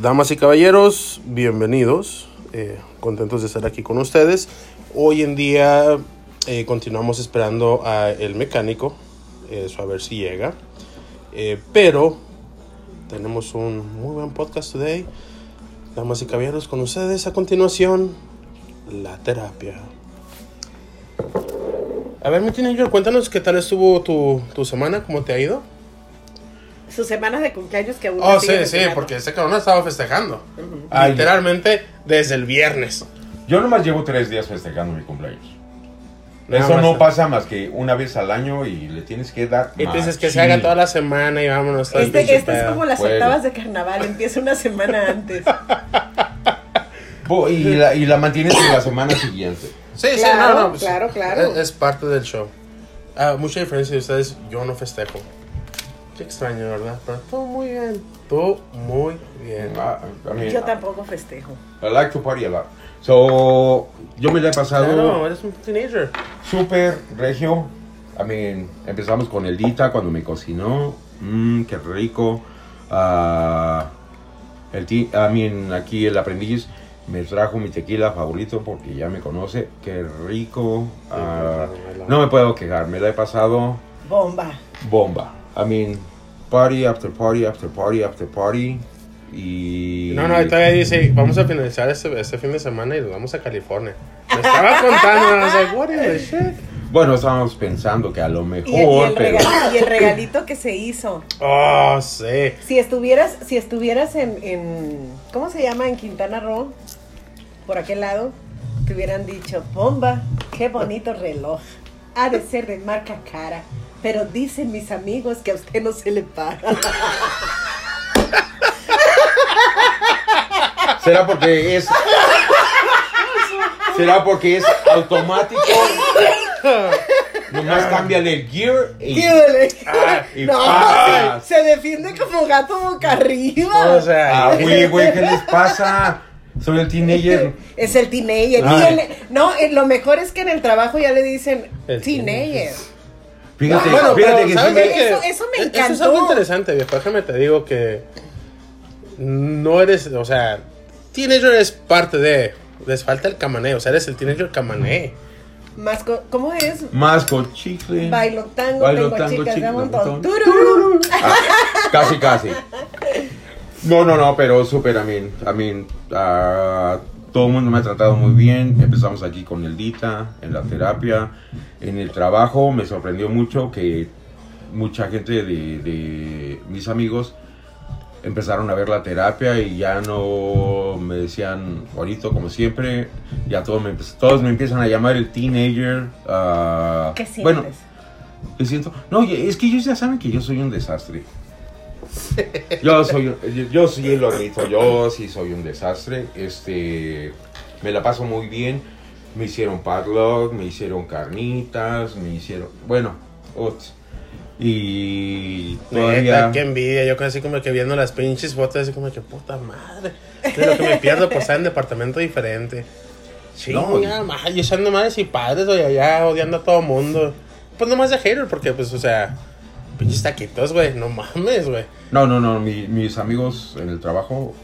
Damas y caballeros, bienvenidos. eh, contentos de estar aquí con ustedes. Hoy en día eh, continuamos esperando a el mecánico, eso a ver si llega. Eh, pero tenemos un muy buen podcast today. Damas y caballeros, con ustedes a continuación, la terapia. A ver, mi teenager, cuéntanos qué tal estuvo tu, tu semana, cómo te ha ido. Sus semanas de cumpleaños que aún Oh, las sí, sigue sí, festejando. porque este cabrón estaba festejando. Ay, Literalmente desde el viernes. Yo nomás llevo tres días festejando mi cumpleaños. Nada Eso más. no pasa más que una vez al año y le tienes que dar. Y te dices que se machín. haga toda la semana y vámonos. todo el Este, pinche este es pedo. como las Bueno. octavas de carnaval, empieza una semana antes. Bo- Y la, y la mantienes en la semana siguiente. Sí, sí, Claro, no, no. pues, claro, claro. Es, es parte del show. Ah, mucha diferencia de ustedes, yo no festejo. Qué extraño, ¿verdad? Pero todo muy bien. Todo muy bien. Ah, I mean, Yo tampoco festejo. I like to party a lot. So, yo me la he pasado Claro, eres un teenager. súper regio. I mean, empezamos con el Dita cuando me cocinó. Mmm, qué rico. Ah, el ti, I mean, aquí el aprendiz me trajo mi tequila favorito porque ya me conoce. Qué rico. Ah, no me puedo quejar, me la he pasado Bomba. bomba. I mean, party after party after party after party. Y. No, no, y todavía dice, vamos a finalizar este, este fin de semana y nos vamos a California. Me estaba contando, I was like, what in the shit? Bueno, estábamos pensando que a lo mejor. Y, y el pero... regalito, y el regalito que se hizo. Oh, sí. Si estuvieras, si estuvieras en, en- ¿cómo se llama? En Quintana Roo, por aquel lado, te hubieran dicho, bomba, qué bonito reloj. Ha de ser de marca cara. Pero dicen mis amigos que a usted no se le paga. Será porque es. Será porque es automático. Nomás cambian el gear y. Ah, Híjole. y no, pasas. se defiende como gato boca arriba. O sea, Ah, güey, güey, ¿qué les pasa? Soy el teenager. es el teenager. Ay. Y el- no, eh, lo mejor es que en el trabajo ya le dicen El teenager. Fíjate, Bueno, fíjate pero que sí ¿sabes me- qué? Eso- eso me Eso es encantó. algo interesante, viejo. Déjame te digo que no eres, o sea, teenager es parte de. Les falta el camané, o sea, eres el teenager camané. Más co- ¿Cómo es? Más con chicle. Bailo tango, Bailo tengo tango, chicas de chicle, montón. montón. Tururú. Ah, casi, casi. No, no, no, pero súper, I mean, I mean, ah, todo el mundo me ha tratado muy bien. Empezamos aquí con el Dita, en la terapia, en el trabajo. Me sorprendió mucho que mucha gente de, de mis amigos empezaron a ver la terapia y ya no me decían bonito como siempre. Ya todos me, empe- todos me empiezan a llamar el teenager. ah, ¿Qué sientes? bueno, me siento. No, y es que ellos ya saben que yo soy un desastre. Yo soy, yo, yo sí lo admito, yo sí soy un desastre. Este, me la paso muy bien. Me hicieron padlock, me hicieron carnitas, me hicieron, bueno, ots. y Neta, todavía. qué envidia. Yo casi como que viendo las pinches fotos, así como que puta madre. De lo que me pierdo por estar en departamento diferente. Chinga, No, madre. Yo echando madres y padres, oye, allá odiando a todo mundo. Pues nomás de hater, porque, pues, o sea, pinches taquitos, güey. No mames, güey. No, no, no, mi- mis amigos en el trabajo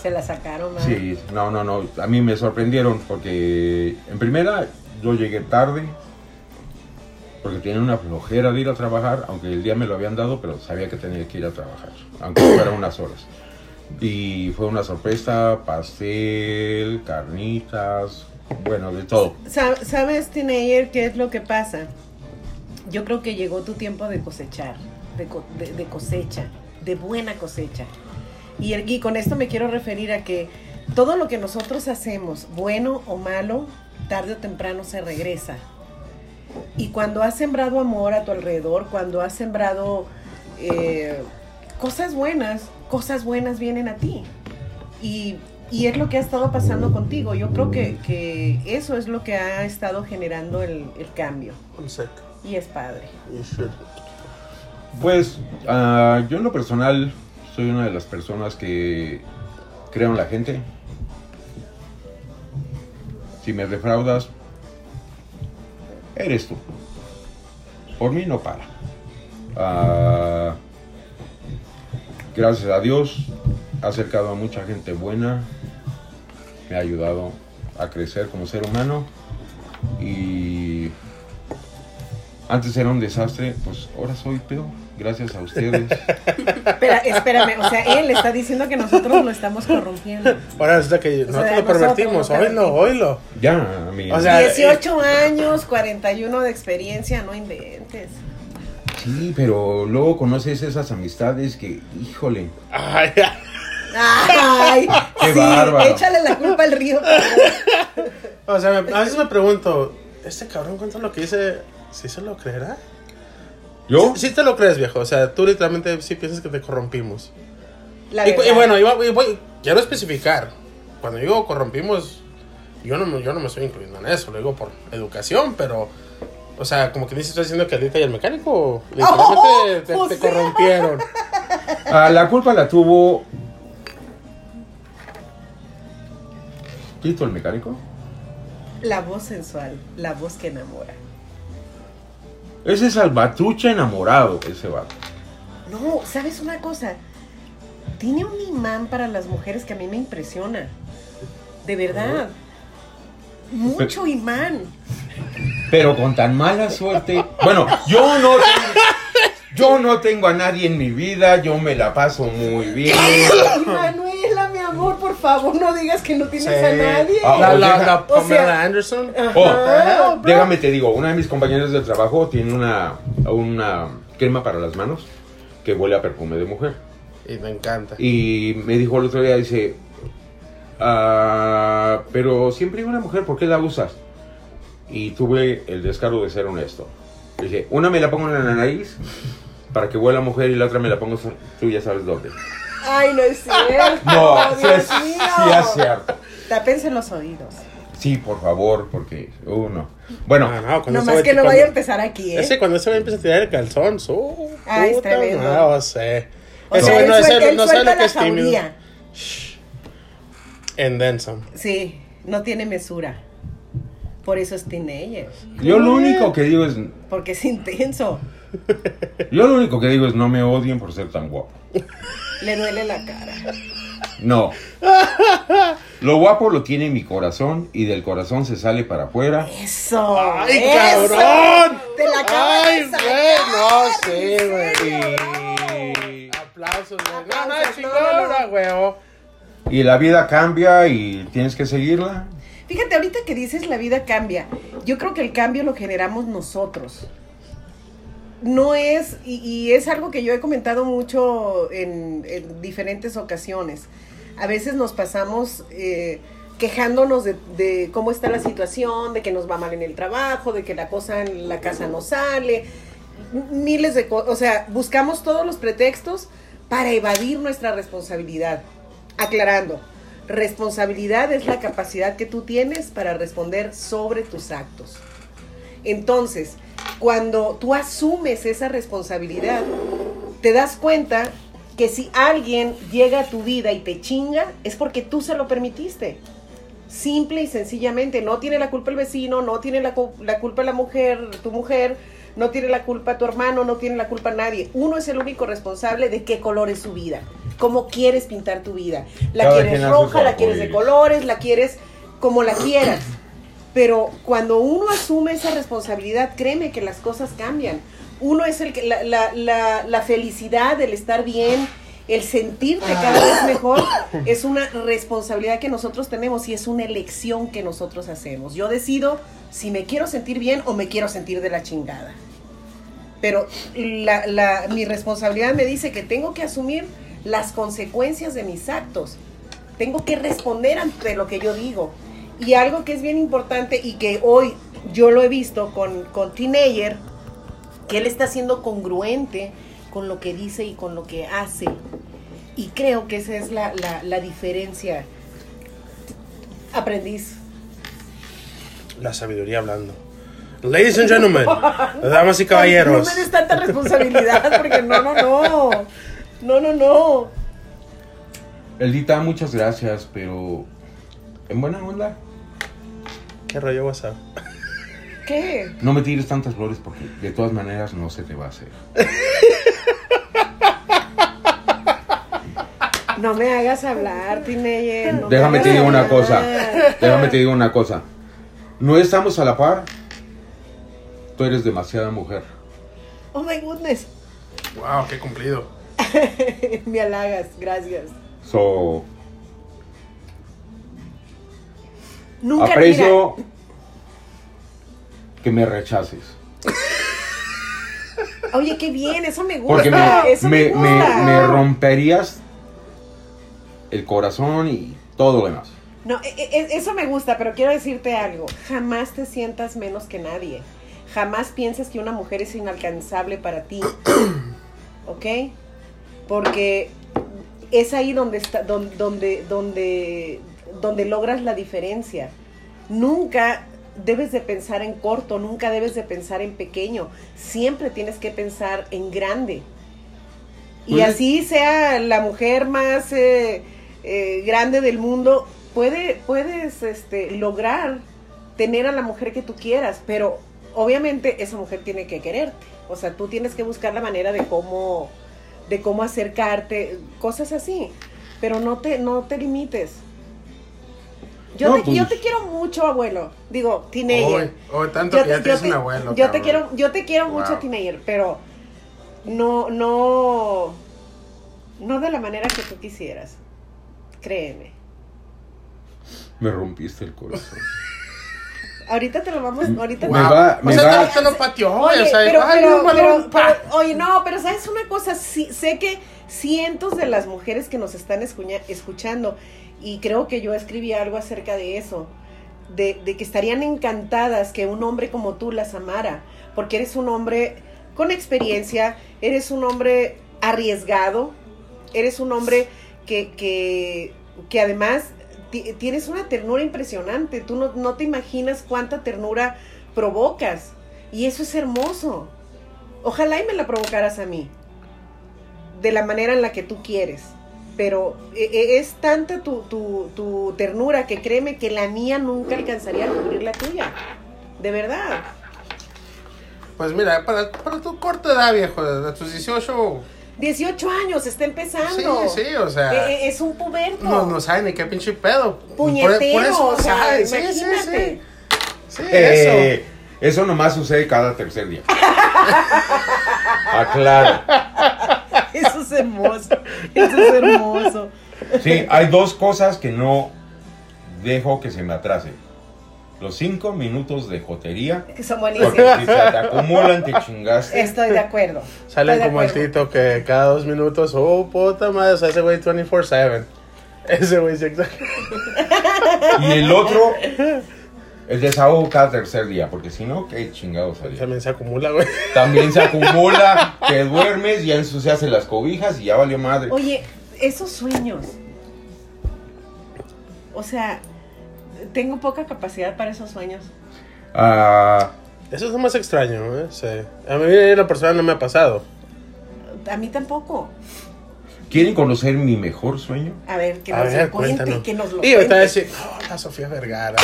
Se la sacaron. ¿verdad? Sí, no, no, no. A mí me sorprendieron porque en primera yo llegué tarde porque tenía una flojera de ir a trabajar, aunque el día me lo habían dado, pero sabía que tenía que ir a trabajar, aunque fuera unas horas. Y fue una sorpresa, pastel, carnitas, bueno, de todo. Sa- ¿Sabes, teenager, qué es lo que pasa? Yo creo que llegó tu tiempo de cosechar, de, co- de- de cosecha, de buena cosecha. Y, el- y con esto me quiero referir a que todo lo que nosotros hacemos, bueno o malo, tarde o temprano se regresa. Y cuando has sembrado amor a tu alrededor, cuando has sembrado eh, cosas buenas, cosas buenas vienen a ti. Y, y es lo que ha estado pasando contigo. Yo creo que, que eso es lo que ha estado generando el, el cambio. I'm sick. Y es padre. You should. Pues ah, yo en lo personal soy una de las personas que creo en la gente. Si me defraudas, eres tú. Por mí no para. Ah, gracias a Dios, acercado a mucha gente buena, me ha ayudado a crecer como ser humano y antes era un desastre, pues ahora soy peor, gracias a ustedes. Espera, espérame, o sea, él está diciendo que nosotros lo estamos corrompiendo. Ahora resulta que nosotros lo nosotros pervertimos. lo Oílo, pervertimos. oílo. Ya, mi O sea, 18 años, 41 de experiencia, no inventes. sí, pero luego conoces esas amistades que, híjole, Ay, Ay, Qué sí, bárbaro. échale la culpa al río. o sea, me- a veces me pregunto, ¿este cabrón cuánto lo que dice? ¿Sí se lo creerá? yo Sí, sí te lo crees, viejo. O sea, tú literalmente sí piensas que te corrompimos. La Y, cu- y verdad. bueno, y voy- y voy- quiero especificar. Cuando digo corrompimos, yo no, me- yo no me estoy incluyendo en eso. Lo digo por educación, pero... O sea, como que dices, estás diciendo que Alita y el mecánico literalmente te, o te sea. corrompieron. Ah, la culpa la tuvo. ¿Tito el mecánico? La voz sensual, la voz que enamora. Ese salvatrucha enamorado, ese vato. No, ¿sabes una cosa? Tiene un imán para las mujeres que a mí me impresiona. De verdad. Mucho imán. Pero con tan mala suerte. Bueno, yo no tengo, yo no tengo a nadie en mi vida, yo me la paso muy bien. Ay, Manuela, mi amor, por favor, no digas que no tienes a Sí. nadie. Ah, La, la, deja- la o Pamela sea- eh. Anderson. Ajá, Oh, déjame te digo, una de mis compañeras del trabajo tiene una, una crema para las manos que huele a perfume de mujer. Y me encanta. Y me dijo el otro día, dice, "Ah, pero siempre hay una mujer, ¿por qué la usas? Y tuve el descaro de ser honesto. Le Dije, una me la pongo en la nariz para que huela a mujer y la otra me la pongo, tú ya sabes dónde. Ay, no es cierto. No, sí Dios es, sí mío. es cierto. Tapense los oídos. Sí, por favor, porque uno. Bueno, Ah, no, cuando No ese más güey- que no cuando- vaya a empezar aquí, ¿eh? Ese cuando ese güey empieza a tirar el calzón, su Ah, es puta tremendo. madre, No sé. O Ese sea, güey él no, es- suelta- él no sabe suelta lo que la es tímido. jauría. And then some. Sí, no tiene mesura. Por eso es teenager. yo lo único que digo es, Porque es intenso. yo lo único que digo es no me odien por ser tan guapo. Le duele la cara. No. Lo guapo lo tiene mi corazón y del corazón se sale para afuera. Eso. ¡Ay, eso. cabrón! Te la acabas ¡Ay, de güey! sacar. No sé, güey. Y, Aplausos, güey. No, no, Aplausos, chingón, oh. no, no, no. no, huevo. y la vida cambia y tienes que seguirla. Fíjate, ahorita que dices la vida cambia, yo creo que el cambio lo generamos nosotros. No es, y, y es algo que yo he comentado mucho en, en diferentes ocasiones. A veces nos pasamos eh, quejándonos de, de cómo está la situación, de que nos va mal en el trabajo, de que la cosa en la casa no sale, m- miles de cosas. O sea, buscamos todos los pretextos para evadir nuestra responsabilidad. Aclarando, responsabilidad es la capacidad que tú tienes para responder sobre tus actos. Entonces, cuando tú asumes esa responsabilidad, te das cuenta que si alguien llega a tu vida y te chinga, es porque tú se lo permitiste. Simple y sencillamente, no tiene la culpa el vecino, no tiene la, cu- la culpa la mujer, tu mujer, no tiene la culpa tu hermano, no tiene la culpa nadie. Uno es el único responsable de qué color es su vida, cómo quieres pintar tu vida. La Cada quien quieres hace roja, su la quieres de arcoíris. colores, la quieres como la quieras. Pero cuando uno asume esa responsabilidad, créeme que las cosas cambian. Uno es el que la, la- la- la felicidad, el estar bien, el sentirte cada vez mejor, es una responsabilidad que nosotros tenemos y es una elección que nosotros hacemos. Yo decido si me quiero sentir bien o me quiero sentir de la chingada. Pero la- la- mi responsabilidad me dice que tengo que asumir las consecuencias de mis actos tengo que responder ante lo que yo digo. Y algo que es bien importante y que hoy yo lo he visto con, con Teenager, que él está siendo congruente con lo que dice y con lo que hace. Y creo que esa es la, la- la diferencia. Aprendiz. La sabiduría hablando. Ladies and gentlemen, damas y No caballeros. me des tanta responsabilidad porque no, no, no. No, no, no. Eldita, muchas gracias, pero en buena onda. ¿Qué rollo WhatsApp? ¿Qué? No me tires tantas flores porque de todas maneras no se te va a hacer. No me hagas hablar, teenager. no me Déjame hagas te digo una hablar. cosa. Déjame te digo una cosa. No estamos a la par. Tú eres demasiada mujer. Oh my goodness. Wow, qué cumplido. me halagas, gracias. So, Nunca aprecio que me rechaces. mira. Oye, qué bien, eso me gusta. Porque me, eso me, me, gusta. me- me romperías el corazón y todo lo demás. No, e- e- eso me gusta, pero quiero decirte algo. Jamás te sientas menos que nadie. Jamás pienses que una mujer es inalcanzable para ti. ¿Ok? Porque es ahí donde está, don- donde, donde, donde logras la diferencia. Nunca debes de pensar en corto, nunca debes de pensar en pequeño. Siempre tienes que pensar en grande. Y Pues es- así sea la mujer más eh, eh, grande del mundo, puede, puedes este, lograr tener a la mujer que tú quieras, pero obviamente esa mujer tiene que quererte. O sea, tú tienes que buscar la manera de cómo, de cómo acercarte, cosas así. Pero no te, no te limites. Yo, No, te, yo pues. te quiero mucho, abuelo. Digo, Hoy, teenager. hoy tanto que ya te, yo es un abuelo. yo te cabrón. quiero, yo te quiero mucho, Wow. teenager, pero no, no, no de la manera que tú quisieras. Créeme. Me rompiste el corazón. Ahorita te lo vamos, ahorita Me te- Wow. va- o me sea, va- te, te lo pateó, Oye, o sea, pero, ay, pero- un balón, pero- pa. pero- oye, no, pero sabes una cosa, Sí, sé que cientos de las mujeres que nos están escuña- escuchando, y creo que yo escribí algo acerca de eso, de, de que estarían encantadas que un hombre como tú las amara, porque eres un hombre con experiencia, eres un hombre arriesgado, eres un hombre que, que, que además ti- tienes una ternura impresionante, tú no, no te imaginas cuánta ternura provocas. Y eso es hermoso. Ojalá y me la provocaras a mí. De la manera en la que tú quieres. Pero e- e- es tanta tu, tu- tu ternura que créeme que la mía nunca alcanzaría a cubrir la tuya. De verdad. Pues mira, para, para tu corta edad, viejo, a tus 18, 18 años, está empezando. sí, sí, o sea, E- e- es un puberto. no, no saben ni qué pinche pedo. Puñetero, o sea, saben, imagínate. sí. Sí, eso. Eh, eso nomás sucede cada tercer día. Aclaro. Eso es hermoso. Eso es hermoso. Sí, hay dos cosas que no dejo que se me atrase. Los cinco minutos de jotería. Que son buenísimos. Porque si se te acumulan, te chingaste. Estoy de acuerdo. Salen Estoy de como el acuerdo. Tito que cada dos minutos, oh, puta madre, o sea, ese güey 24-7. Ese güey se exagera. Y el otro, el desahogo cada tercer día. Porque si no, qué chingados haría. También se acumula, güey. También se acumula, te duermes, ya ensuciaste las cobijas y ya valió madre. Oye, esos sueños. O sea, tengo poca capacidad para esos sueños. Ah, Eso es lo más extraño, ¿eh? Sí. A mí en lo personal no me ha pasado. A mí tampoco. ¿Quieren conocer mi mejor sueño? A ver, que A nos ver, lo cuente, cuéntanos. que nos lo y ahorita cuente. decir, oh, la Sofía Vergara.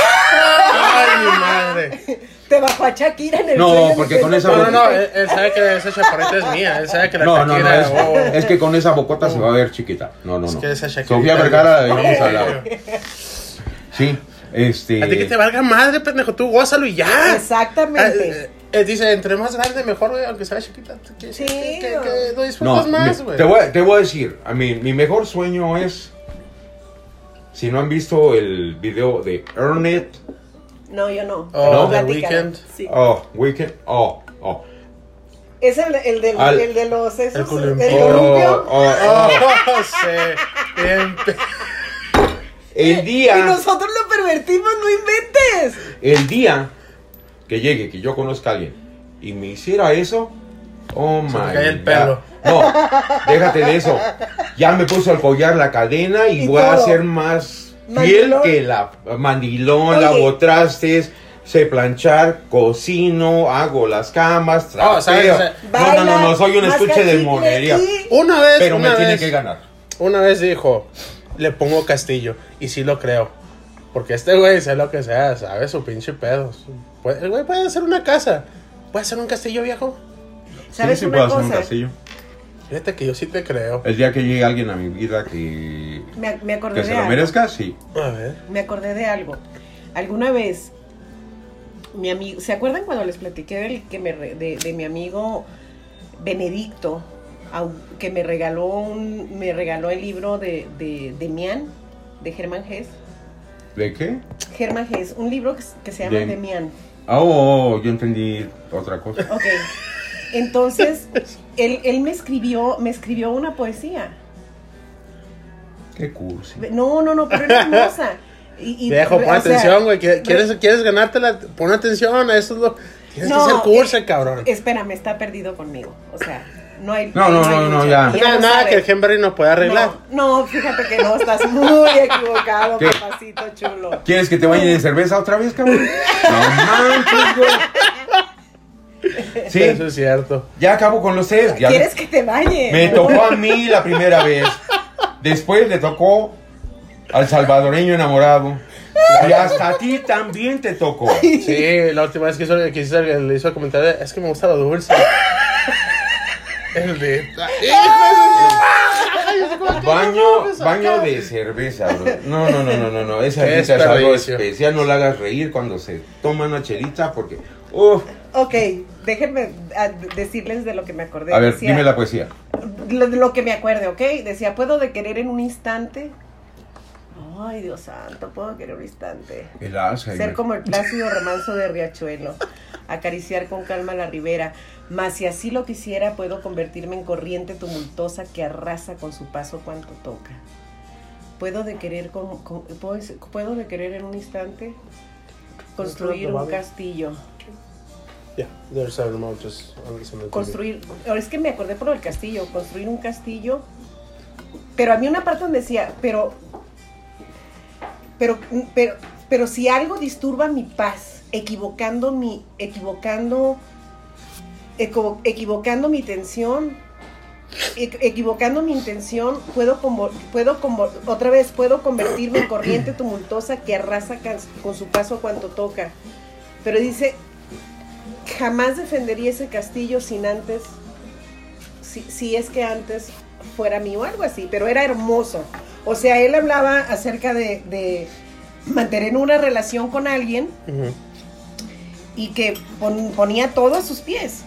Ay, mi madre. Te bajó a Shakira en el No, sueño de porque que con no- eh, esa eh, No, no, no, él, él sabe que esa chaparrita es mía, él sabe que la No, no, no, Shakira, es, oh, es que con esa bocota se va a ver chiquita. No, no, no. es que esa Shakira. Sofía Vergara la dejamos al lado. Sí, este... A ti que te valga madre, pendejo, tú gózalo y ah, ya. Exactamente. Ah, eh, eh, dice, entre más grande, mejor, güey, aunque sea chiquita. tú Que, Sí, que, que, no. que lo No, disfrutas mi- más, güey. te, voy, a- te voy a decir, a mí, mi mejor sueño es... Si no han visto el video de Earn It, No, yo no. Oh, No, The platícalo. Weeknd. Sí. oh, Weekend, oh, oh. Es el, el, del, Al- el de los... Esos, El el columpio. Oh, columpio. oh, oh. Oh, sí. Bien, pe- El Y día, nosotros lo pervertimos, no inventes. el día que llegue, que yo conozca a alguien y me hiciera eso, oh my me cae el God. pelo. No, déjate de eso. Ya me puso al collar la cadena y, Y voy a todo. ser más fiel Mandilón. que la mandilón, Oye. lavo trastes, sé planchar, cocino, hago las camas, trapeo. Oh, ¿sabes? No, no, no, no, Baila, soy un masca estuche de chicle monería. y- Una vez, Pero me una tiene vez, que ganar. una vez dijo, le pongo castillo. Y sí lo creo. Porque este güey, sea lo que sea, sabe su pinche pedo. Puede- El güey puede hacer una casa. Puede hacer un castillo viejo. ¿Sabes Uh, Sí, sí una puedo hacer cosa? un castillo. Fíjate que yo sí te creo. El día que llegue alguien a mi vida que, Me, me acordé que de se lo algo. merezca, sí. A ver. Me acordé de algo. Alguna vez, mi amigo, ¿se acuerdan cuando les platiqué del que me re- de, de mi amigo Benedicto, au- que me regaló un, me regaló el libro de, de, de Mian, de Germán Gess? ¿De qué? Germán Gess, un libro que, s- que se llama Bien. Demian. Ah, Oh, yo entendí otra cosa. Ok. Entonces, él, él me escribió, me escribió una poesía. Qué cursi. No, no, no, pero era hermosa. Y, y- Viejo, pon o sea, atención, güey. ¿Quieres, quieres, quieres ganártela? Pon atención, eso es lo. Tienes No, que ser cursa, eh, cabrón. Espérame, está perdido conmigo. O sea, no hay. No, no, hay no, no, lucha. ya. nada, lo nada sabes. que el Henry no pueda arreglar. No, no, fíjate que no, estás muy equivocado, ¿Qué? papacito chulo. ¿Quieres que te bañen de cerveza otra vez, cabrón? No manches, güey. Eso Sí, es cierto. ya acabo con los test. ya me- ¿Quieres que te bañe? Me tocó a mí la primera vez. Después le tocó al salvadoreño enamorado. Y hasta a ti también te tocó. Sí, la última vez que, hizo, que hizo- le hizo el comentario es que me gusta lo dulce. el de. Baño, baño de cerveza, bro. No, no, no, no, no, no. Esa Qué cita es algo desperdicio. especial. No la hagas reír cuando se toma una chelita porque. Uf. Ok, déjenme ah, decirles de lo que me acordé. A ver, Decía- dime la poesía. lo, lo que me acuerde, ¿ok? Decía, ¿puedo de querer en un instante? Ay, Dios santo, puedo querer un instante. El Ser Alzheimer. como el plácido remanso de Riachuelo, acariciar con calma la ribera, mas si así lo quisiera puedo convertirme en corriente tumultuosa que arrasa con su paso cuanto toca. Puedo de querer, como- como- puedo, puedo de querer en un instante construir un castillo. Yeah, there's several mountains on this mountain. construir, ahora es que me acordé por el castillo, construir un castillo, pero a mí una parte donde decía, pero, pero, pero, pero si algo disturba mi paz, equivocando mi, equivocando, eco- equivocando mi tensión, equ- equivocando mi intención, puedo, convo- puedo convo- otra vez, puedo convertirme en corriente tumultuosa que arrasa can- con su paso cuanto toca. Pero dice, jamás defendería ese castillo sin antes, si, si es que antes fuera mío, algo así, pero era hermoso. O sea, él hablaba acerca de, de mantener una relación con alguien Ujú. y que pon- ponía todo a sus pies.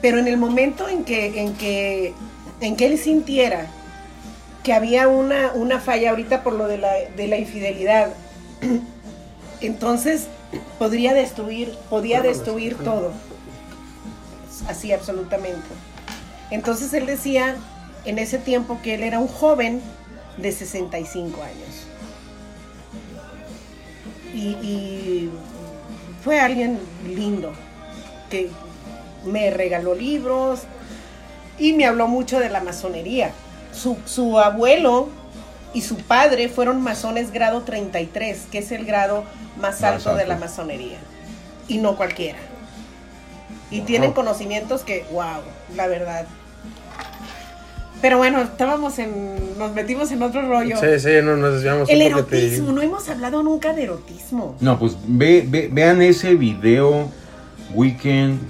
Pero en el momento en que, en que, en que él sintiera que había una, una falla ahorita por lo de la, de la infidelidad, entonces podría destruir, podía destruir todo. Así absolutamente. Entonces él decía en ese tiempo que él era un joven de 65 años. Y, y fue alguien lindo que me regaló libros y me habló mucho de la masonería. Su, su abuelo y su padre fueron masones grado 33, que es el grado más Más alto, de alto. la masonería. Y no cualquiera. Y tienen conocimientos que, wow, la verdad. Pero bueno, estábamos en, nos metimos en otro rollo. Sí, sí, no nos desviamos El un poco de ti. erotismo, no hemos hablado nunca de erotismo. No, pues ve, ve- vean ese video Weekend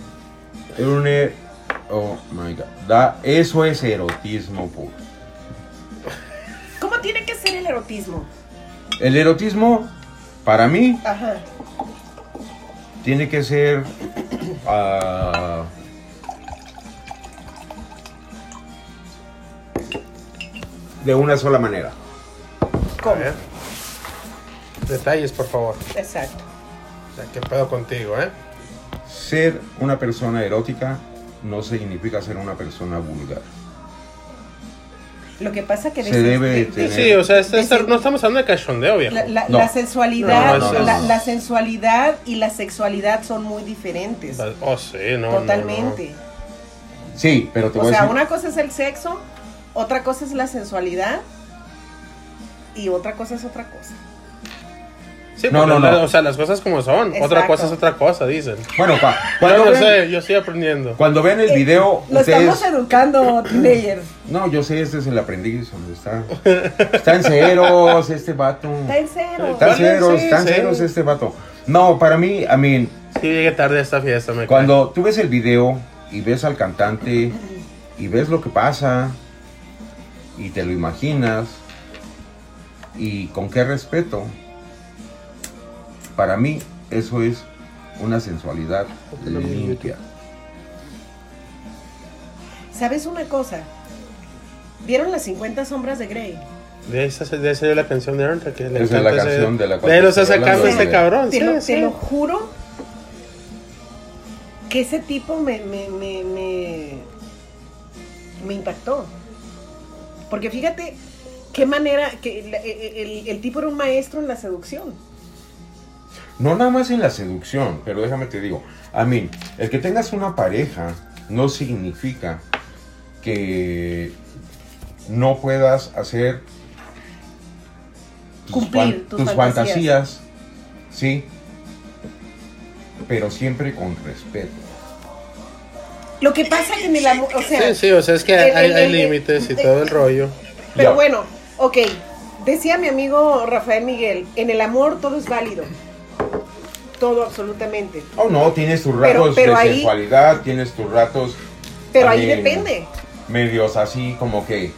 Earner. Oh my god. Da- eso es erotismo puro. ¿Cómo tiene que ser el erotismo? El erotismo, para mí, Ajá. tiene que ser. ah, de una sola manera. A ¿Cómo? ver. Detalles, por favor. Exacto. O sea, ¿qué pedo contigo, eh? Ser una persona erótica no significa ser una persona vulgar. Lo que pasa que Se decís- debe de- tener- Sí, de- sí, o o sea, este, Decir- no estamos hablando de cachondeo, viejo. la, la- No. la No, sensualidad, no, no, la, no. la sensualidad y la sexualidad son muy diferentes. Oh, sí, no. totalmente. Sí, pero te O voy a sea, decir. una cosa es el sexo, otra cosa es la sensualidad y otra cosa es otra cosa. no, No, no, no, no. O sea, las cosas como son. Otra Exacto. cosa es otra cosa, dicen. Bueno, pa- Yo cuando, no vean, sé, yo estoy aprendiendo. cuando vean el Eh, video, Lo ustedes. estamos educando, teenagers. No, yo sé, este es el aprendiz, hombre, está. Está en ceros este vato. Está en cero. Está en ceros, Sí, está en sí. ceros este vato. No, para mí, I mean, Sí, llegué tarde a esta fiesta, me cae. cuando tú ves el video y ves al cantante y ves lo que pasa y te lo imaginas y con qué respeto. Para mí eso es una sensualidad limpia. ¿Sabes una cosa? ¿Vieron las 50 sombras de Grey? De esa de esa es la canción de Aaron que le Esa es la encanta ese- canción de la cual De ahí lo está estoy sacando hablando, este de- cabrón. Te Sí, lo, te sí. lo juro que ese tipo me, me, me, me, me impactó. Porque fíjate qué manera, que el, el- el tipo era un maestro en la seducción. No nada más en la seducción, pero déjame te digo, a mí, el que tengas una pareja no significa que no puedas hacer Cumplir tus fantasías. fantasías, sí, pero siempre con respeto. Lo que pasa que en el amor, o sea, Sí, sí, o sea, es que El- hay, el- hay el- límites y el- todo el rollo. pero Ya. bueno, ok, decía mi amigo Rafael Miguel, en el amor todo es válido, todo absolutamente, Oh no, tienes tus Pero- ratos pero de ahí- sensualidad, tienes tus ratos pero ahí También. depende. medios así como que,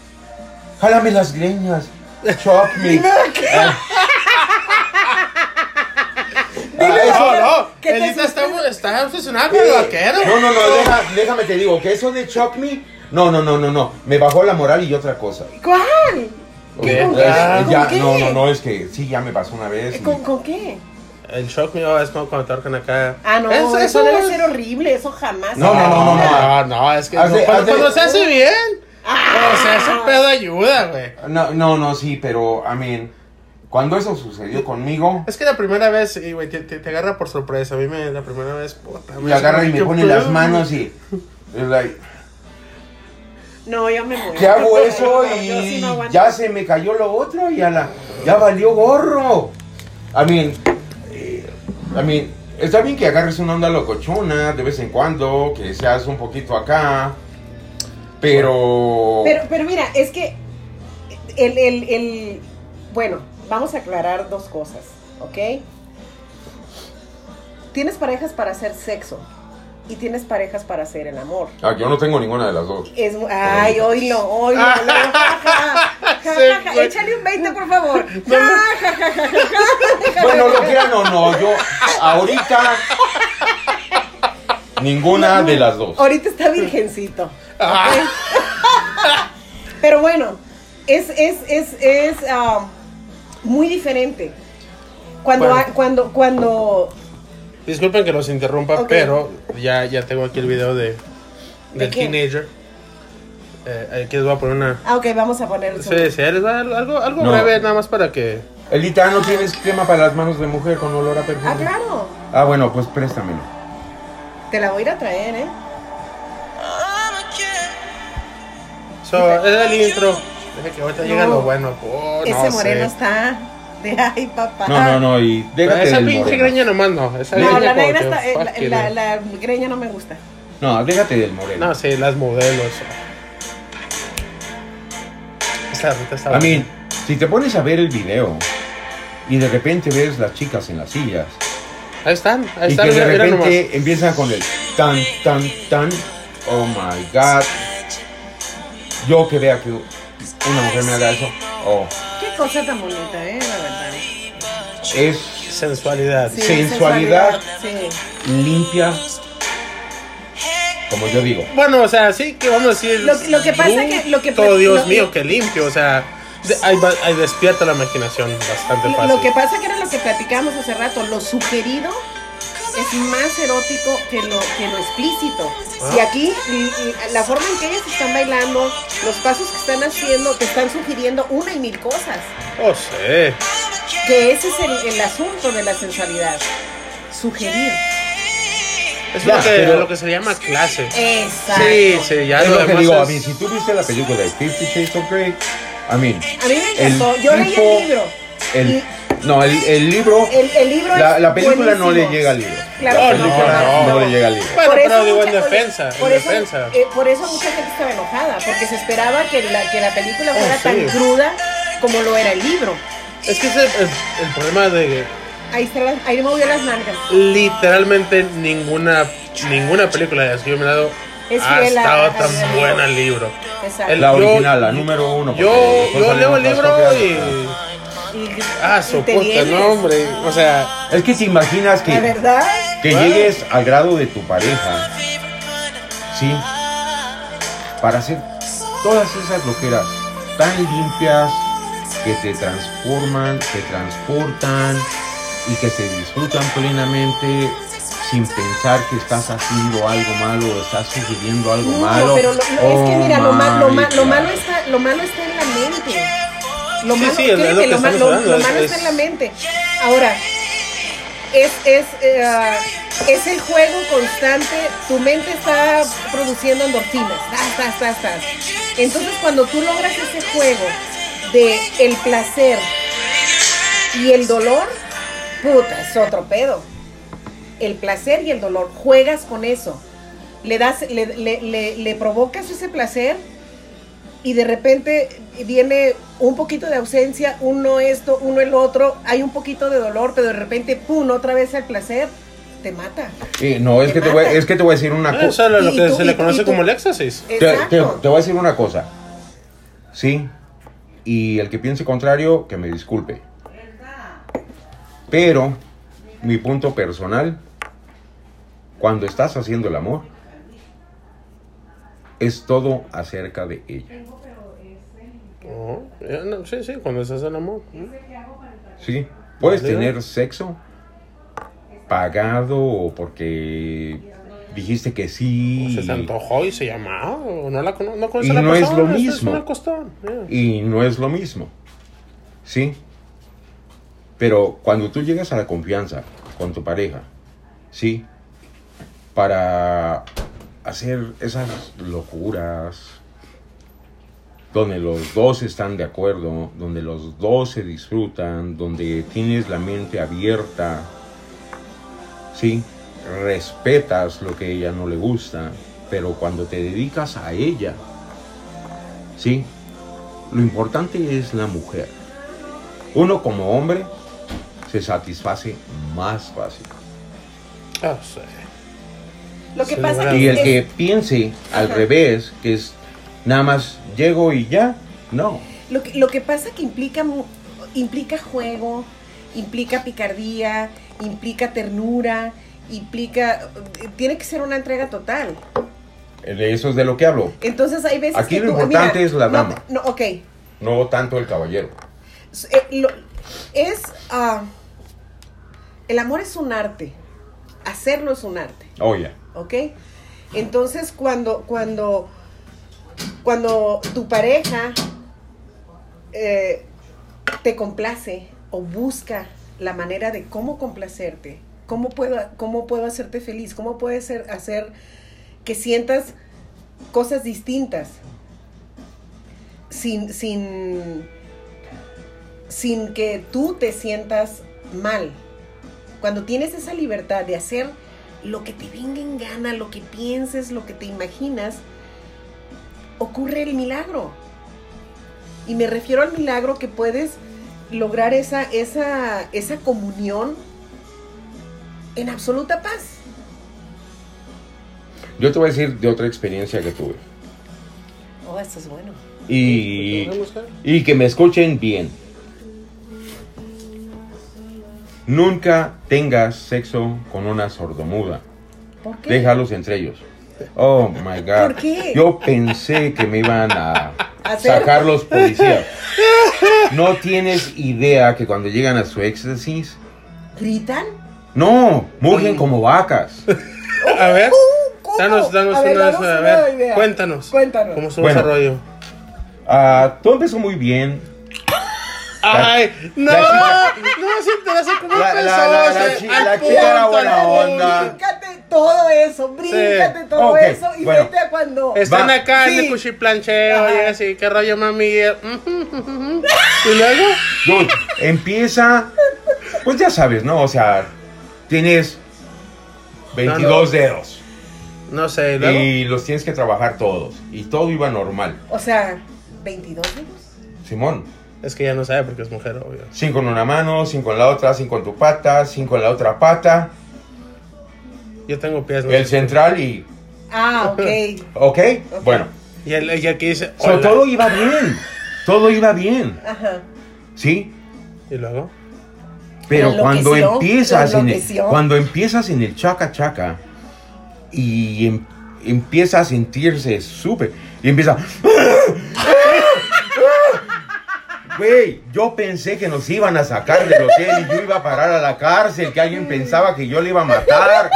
jálame las greñas, chop me. Ah, verdad, que te Elisa está, está obsesionada con Sí. el vaquero. No, no, no, deja- déjame te digo que eso de Chop Me, no, no, no, no, no, me bajó la moral y otra cosa. ¿Cuál? O ¿Qué? sea, ¿Con es- qué? es ya- ¿Con qué? no, no, no, es que sí, ya me pasó una vez. y- ¿Con, con qué? El shock mío es como cuando te ahorcan acá. Ah, no, Es- eso, debe es- ser horrible, eso jamás. No, no, no, no, no, no, es que Hace- no, cuando, hace- cuando se hace bien, o sea, ese Ah. pedo ayuda, güey. No, no, no, sí, pero, I mean, cuando eso sucedió conmigo, Es que la primera vez, y, güey, te, te- te agarra por sorpresa. A mí me, la primera vez, puta. me agarra y me ¿qué pone pedo? las manos y, es like, No, yo me muero. ¿qué hago No, eso? yo sí Y no aguanto. ya se me cayó lo otro y a la, ya valió gorro. I mean, eh, I mean, está bien que agarres una onda locochona de vez en cuando, que seas un poquito acá, pero... Pero, pero mira, es que el, el, el- Bueno, vamos a aclarar dos cosas, ¿ok? Tienes parejas para hacer sexo y tienes parejas para hacer el amor. Ah, yo no tengo ninguna de las dos. Es, mu- ay, oílo, oílo. Ja, ja, ja, ja, ja, Échale un 20, por favor. Ja, ja, ja, ja, ja, ja. Bueno, lo que no, no, yo ahorita... Ninguna de las dos. Ahorita está virgencito. Ah. Pero bueno, es, es, es, es ah, muy diferente. Cuando, Bueno. ha- cuando, cuando, Disculpen que los interrumpa, Ok. pero ya, ya tengo aquí el video de, del qué? teenager. Eh, aquí les voy a poner una. ah, ok, vamos a poner el Sí, sí, ahí les va algo, algo, algo No. breve, nada más para que. Elita, ¿no tienes crema para las manos de mujer con olor a perfume? Ah, claro, Ah, bueno, pues préstamelo. te la voy a ir a traer, ¿eh? So, es el intro. Deja que ahorita llega No. lo bueno. Oh, no Ese moreno sé. está de ay, papá. No, no, no, y déjate Esa del pinche moreno. greña nomás no. Esa No, greña la como negra que, está, eh, fuck it, la, eh. la- la greña no me gusta. No, déjate del moreno. No, sí, las modelos. Esa ruta está A mí, si te pones a ver el video y de repente ves las chicas en las sillas Ahí están, ahí y están, que de mira, mira nomás. repente empiezan con el tan, tan, tan, oh my god. Yo que vea que una mujer me haga eso, oh, Qué cosa tan bonita, ¿eh? La verdad. es Sensualidad. Sí, Sensualidad. Sí. limpia, como yo digo. Bueno, o sea, sí que vamos a decir. Lo- lo que pasa que- lo que- Todo Dios lo- mío, que limpio, o sea. de- ahí, va- ahí despierta la imaginación bastante Lo- fácil. Lo que pasa que era lo que platicamos hace rato, lo sugerido es más erótico que lo, que lo explícito. Ah. Y aquí y- y la forma en que ellas están bailando, los pasos que están haciendo, te están sugiriendo una y mil cosas. Oh, sí. Que ese es el, el asunto de la sensualidad. Sugerir. Es Ya, lo, que, pero- lo que se llama clase. Exacto. Sí, sí, ya es lo lo que demás digo, es- a mí, si tú viste la película de Fifty Shades of Grey, a mí, A mí me el encantó. Yo leí tipo- el libro. el, no, el, el libro, El, el libro la, es la película no le buenísimo. llega al libro. Claro la que no, película no, no no. le llega al libro. Bueno, pero digo, en mucha- oye, defensa. por, en eso, defensa. eh, por eso mucha gente estaba enojada, porque se esperaba que la, que la película fuera Oh, sí. tan cruda como lo era el libro. Es que ese es el, el problema de que Ahí, está la- ahí movió las mangas. literalmente ninguna ninguna película de las que yo me he dado Es ha fiel a- estado a- tan al- buena el libro. Exacto. el- La Yo- original, la número uno. Yo, porque yo después leo el salieron libro otras y. copias. Y- Ah, y su te puta, vienes. no, hombre. O sea, Es que si imaginas La que, verdad, que llegues al grado de tu pareja, ¿sí? Para hacer todas esas loqueras tan limpias que te transforman, te transportan y que se disfrutan plenamente sin pensar que estás haciendo algo malo o estás sugiriendo algo no, malo. pero lo- lo- es que Oh, mira, lo, ma- lo ma- lo marica. malo está, lo malo está en la mente. Lo Sí, malo, sí, es lo créeme, que lo ma- estamos lo- hablando, lo es- malo es- está en la mente. Ahora, es, es, eh, ah, es el juego constante, tu mente está produciendo endorfinas, tas, tas, tas, tas. Entonces cuando tú logras ese juego de el placer y el dolor, puta, es otro pedo. El placer y el dolor, juegas con eso. Le das, le, le- le- le provocas ese placer y de repente viene un poquito de ausencia, uno esto, uno el otro, hay un poquito de dolor, pero de repente, pum, otra vez el placer, te mata. Eh, no, es que, te voy, es que te voy a decir una cosa. eso es lo y que tú- se y- le y conoce tú- como el éxtasis. Te, te- Exacto. te voy a decir una cosa. Sí. Y el que piense contrario, que me disculpe. Pero, mi punto personal, cuando estás haciendo el amor, es todo acerca de ella. Ujú. Oh, Ya, no, sí, sí, cuando estás en amor. Sí. Puedes Vale. tener sexo pagado o porque dijiste que sí. Se te antojó y se llamaba. O no la cono- no conoce Y a la no es persona, este lo es- mismo. Es una costón. ya. y no es lo mismo. ¿Sí? Pero cuando tú llegas a la confianza con tu pareja, ¿sí? Para hacer esas locuras, donde los dos están de acuerdo, donde los dos se disfrutan, donde tienes la mente abierta, ¿sí? Respetas lo que a ella no le gusta, pero cuando te dedicas a ella, ¿sí? Lo importante es la mujer. Uno como hombre se satisface más fácil. Ah, sí. Lo que Sí, pasa bueno. Y el es- que piense al Ajá. revés, que es nada más llego y ya, no. Lo que, lo que pasa que implica, mu- implica juego, implica picardía, implica ternura, implica... eh, Tiene que ser una entrega total. De eso es de lo que hablo, Entonces hay veces Aquí que lo tú- importante mira, es la no- dama. No, ok. no tanto el caballero. S- eh, lo- es... ah, el amor es un arte. Hacerlo es un arte. Oye, ¿ok? Entonces cuando, cuando, cuando tu pareja eh, te complace o busca la manera de cómo complacerte, cómo puedo, cómo puedo hacerte feliz, cómo puede ser, hacer que sientas cosas distintas, sin, sin, sin que tú te sientas mal. Cuando tienes esa libertad de hacer lo que te venga en gana, lo que pienses, lo que te imaginas, ocurre el milagro. Y me refiero al milagro que puedes lograr esa, esa, esa comunión en absoluta paz. yo te voy a decir de otra experiencia que tuve. Oh, eso es bueno. Y, ¿Podemos buscar? y que me escuchen bien. Nunca tengas sexo con una sordomuda. ¿Por qué? Déjalos entre ellos. Oh my God. ¿Por qué? Yo pensé que me iban a Hacer- sacar los policías. No tienes idea que cuando llegan a su éxtasis, ¿Gritan? no, mugen como vacas. A ver, Uh, ¿Cómo? danos, danos A ver, unas- danos a una ver, idea. cuéntanos. Cuéntanos. ¿Cómo estuvo ese Bueno. rollo? Ah, todo empezó muy bien. ¡Ay! ¡No! la ¡No se interesa cómo La- la- empezó! la- la o sea, chi- al la chica era punto, buena al punto. onda. Bríncate todo eso, bríncate todo Ok, eso y bueno. vete a cuando... Están Va. acá en Sí. el cuchiplancheo y Ajá. así, ¿qué rollo, mami? Y, eh, ujú, ujú, ujú. ¿Y luego? Dude, empieza. Pues ya sabes, ¿no? O sea, tienes 22 dedos. No sé, ¿y luego? Y los tienes que trabajar todos. Y todo iba normal. O sea, 22 años. Simón, Es que ya no sabe porque es mujer, obvio. Cinco en una mano, cinco en la otra, cinco en tu pata, cinco en la otra pata, Yo tengo pies, no el sé. central y Ah, ok. ¿Ok? Bueno, Y el- ella aquí dice, so, "Hola". todo iba bien. Todo iba bien. Ajá. ¿Sí? Y luego, Pero Lo cuando enloqueció, empiezas, lo en el, enloqueció. cuando empiezas en el chaca chaca y em- empieza a sentirse súper y empieza. Güey, yo pensé que nos iban a sacar del hotel y yo iba a parar a la cárcel, que alguien pensaba que yo le iba a matar.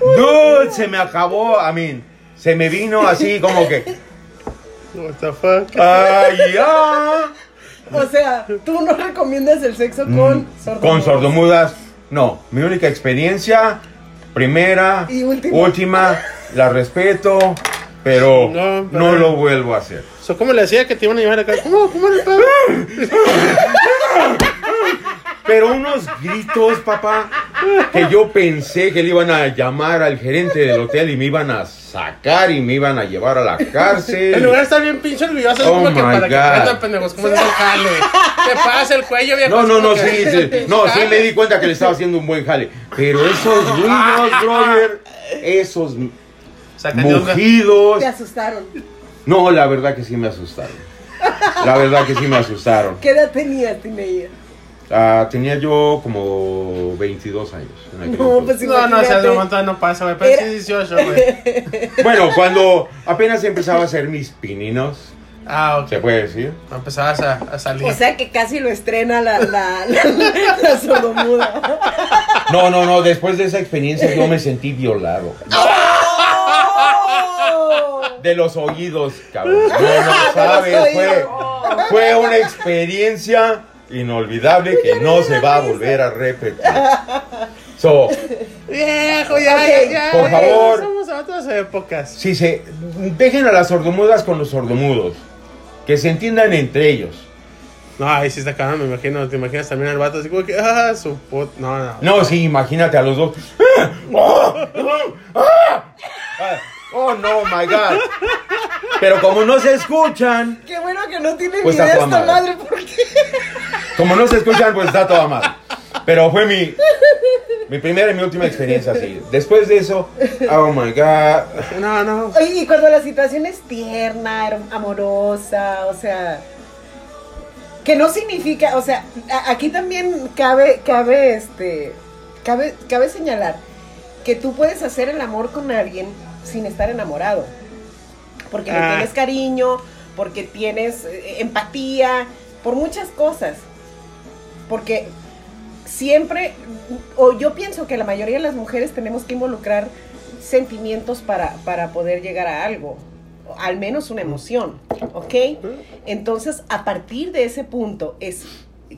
Dude, se me acabó, I mean, se me vino así como que, what the fuck? ay, ya. O sea, tú no recomiendas el sexo con sordomudos. Mm. Con sordomudas, no. Mi única experiencia, primera, Y última. última, la respeto, pero No, no, pero- lo vuelvo a hacer. So, ¿Cómo le decía que te iban a llevar acá? ¿Cómo? ¿Cómo era el pedo? Pero unos gritos, papá, que yo pensé que le iban a llamar al gerente del hotel y me iban a sacar y me iban a llevar a la El cárcel. lugar está bien pinche orgulloso. es Oh como que my para que God. aprendan, pendejos. ¿Cómo se hace el jale? Te pasa el cuello, viejo. No, no, no, Es como sí, que- sí. No, sí me di cuenta que le estaba haciendo un buen jale. Pero esos ruidos, brother, esos Saca de onda. mugidos. Te asustaron. No, la verdad que sí me asustaron. La verdad que sí me asustaron. ¿Qué edad tenías, Tineya? Ah, tenía yo como 22 años. en aquel No, entonces. No, pues no, o sea, imagínate. de montón no pasa, güey. Pero Era- sí, 18, güey. pues Bueno, cuando apenas empezaba a hacer mis pininos, Ah, ¿se ok. puede decir? Empezabas a, a salir. O sea que casi lo estrena la, la, la, la sordomuda. No, no, no, después de esa experiencia yo me sentí violado. ¡Oh! De los oídos, cabrón. No, no los sabes, fue, oídos. fue una experiencia inolvidable que no se va a volver a repetir. So, Viejo, ya, Ok. ya, ya. Por güey, favor. Somos a otras épocas. Si se dejen a las sordomudas con los sordomudos, que se entiendan entre ellos. No, ahí sí está cabrón, me imagino. Te imaginas también al vato así como que, ah, su puta. No, no. No, sí, imagínate a los dos. Oh no, my God. Pero como no se escuchan, Qué bueno que no tiene Pues video a tu esta madre, madre. porque como no se escuchan, pues está toda mal. Pero fue mi mi primera y mi última experiencia así. Después de eso, oh my God. No, no. Oye, y cuando la situación es tierna, her- amorosa, o sea, que no significa, o sea, a- aquí también cabe, cabe, este, cabe, cabe señalar que tú puedes hacer el amor con alguien sin estar enamorado, porque le Ah. tienes cariño, porque tienes eh, empatía, por muchas cosas, porque siempre, o yo pienso que la mayoría de las mujeres tenemos que involucrar sentimientos para, para poder llegar a algo, o al menos una emoción, ¿ok? Entonces, a partir de ese punto es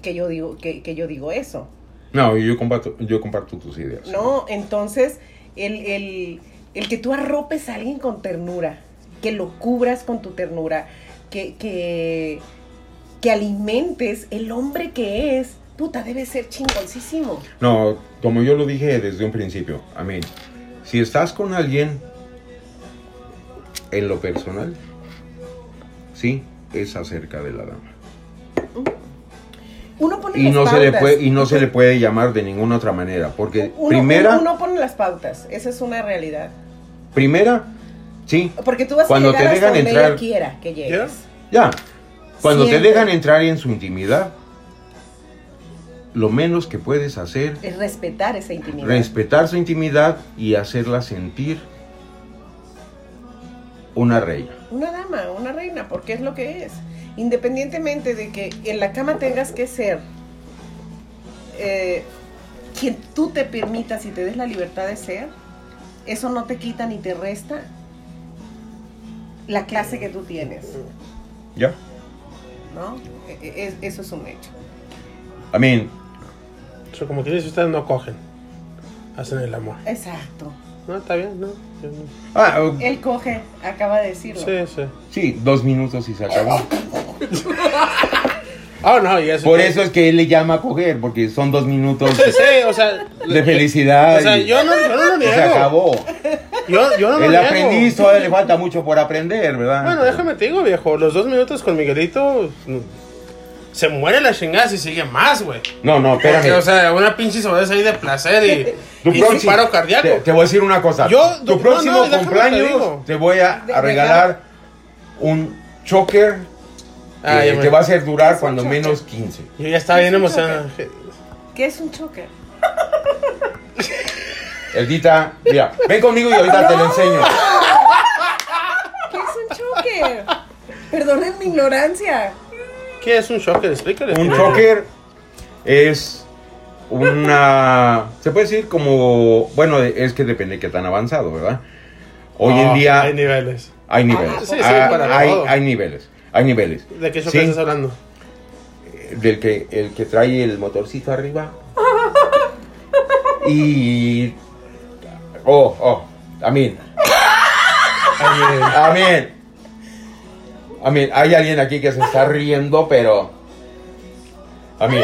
que yo digo, que, que yo digo eso, No, yo comparto, yo comparto tus ideas. ¿no? Entonces, el, el- el que tú arropes a alguien con ternura, que lo cubras con tu ternura, que, que, que alimentes el hombre que es, puta, debe ser chingoncísimo. No, como yo lo dije desde un principio, amén. Si estás con alguien en lo personal, sí, es acerca de la dama. Uno pone Y las no, se le pautas. puede, y no se le puede llamar de ninguna otra manera, porque Uno- primera, uno, uno pone las pautas, esa es una realidad. primera, sí, Porque tú vas Cuando a llegar te hasta dejan donde entrar- ella quiera que llegues. ya. Cuando Siempre. te dejan entrar en su intimidad, lo menos que puedes hacer Es respetar esa intimidad. respetar su intimidad y hacerla sentir una reina. una dama, una reina, porque es lo que es. Independientemente de que en la cama tengas que ser eh, quien tú te permitas y te des la libertad de ser, eso no te quita ni te resta la clase que tú tienes, ¿Ya? ¿no? E- e- es- eso es un hecho. I mean, So, como que dice, ustedes no cogen. Hacen el amor. Exacto. No, está bien, no. Yo no. ah, uh, Él coge, acaba de decirlo. Sí, sí. sí, dos minutos y se acabó. Ah, no, y eso. Por eso es que él le llama a coger, porque son dos minutos Sí, o sea. de felicidad. O sea, y yo no, yo no lo Se niego. acabó. Yo, yo no lo El niego. aprendiz todavía le falta mucho por aprender, ¿verdad? Bueno, déjame te digo, viejo. Los dos minutos con Miguelito. mm, Se muere la chingada si sigue más, güey. No, no, Porque, espérame. o sea, una pinche sobredosis ahí de placer y. Tu Es un paro cardíaco. Te, te voy a decir una cosa. Yo- tu no, próximo no, déjame te cumpleaños digo. te voy a, De- a regalar un choker Ah, que ya me- te va a hacer durar un cuando choker. menos 15. Yo ya estaba bien emocionado. ¿Qué es un choker? Edita, mira, ven conmigo y ahorita te lo enseño. ¿Qué es un choker? Perdonen mi ignorancia. ¿Qué es un shocker? Explícale. Un choker es una. Se puede decir como. Bueno, es que depende de qué tan avanzado, ¿verdad? Hoy en No, Ah, día Hay niveles. hay niveles. Sí, sí, Ah, para hay, todo. hay niveles. Hay niveles. ¿De qué Sí, shocker estás hablando? Del que el que trae el motorcito arriba. Y. Oh, oh. Amén. Amén. Amén. Hay alguien aquí que se está riendo, pero. Amén.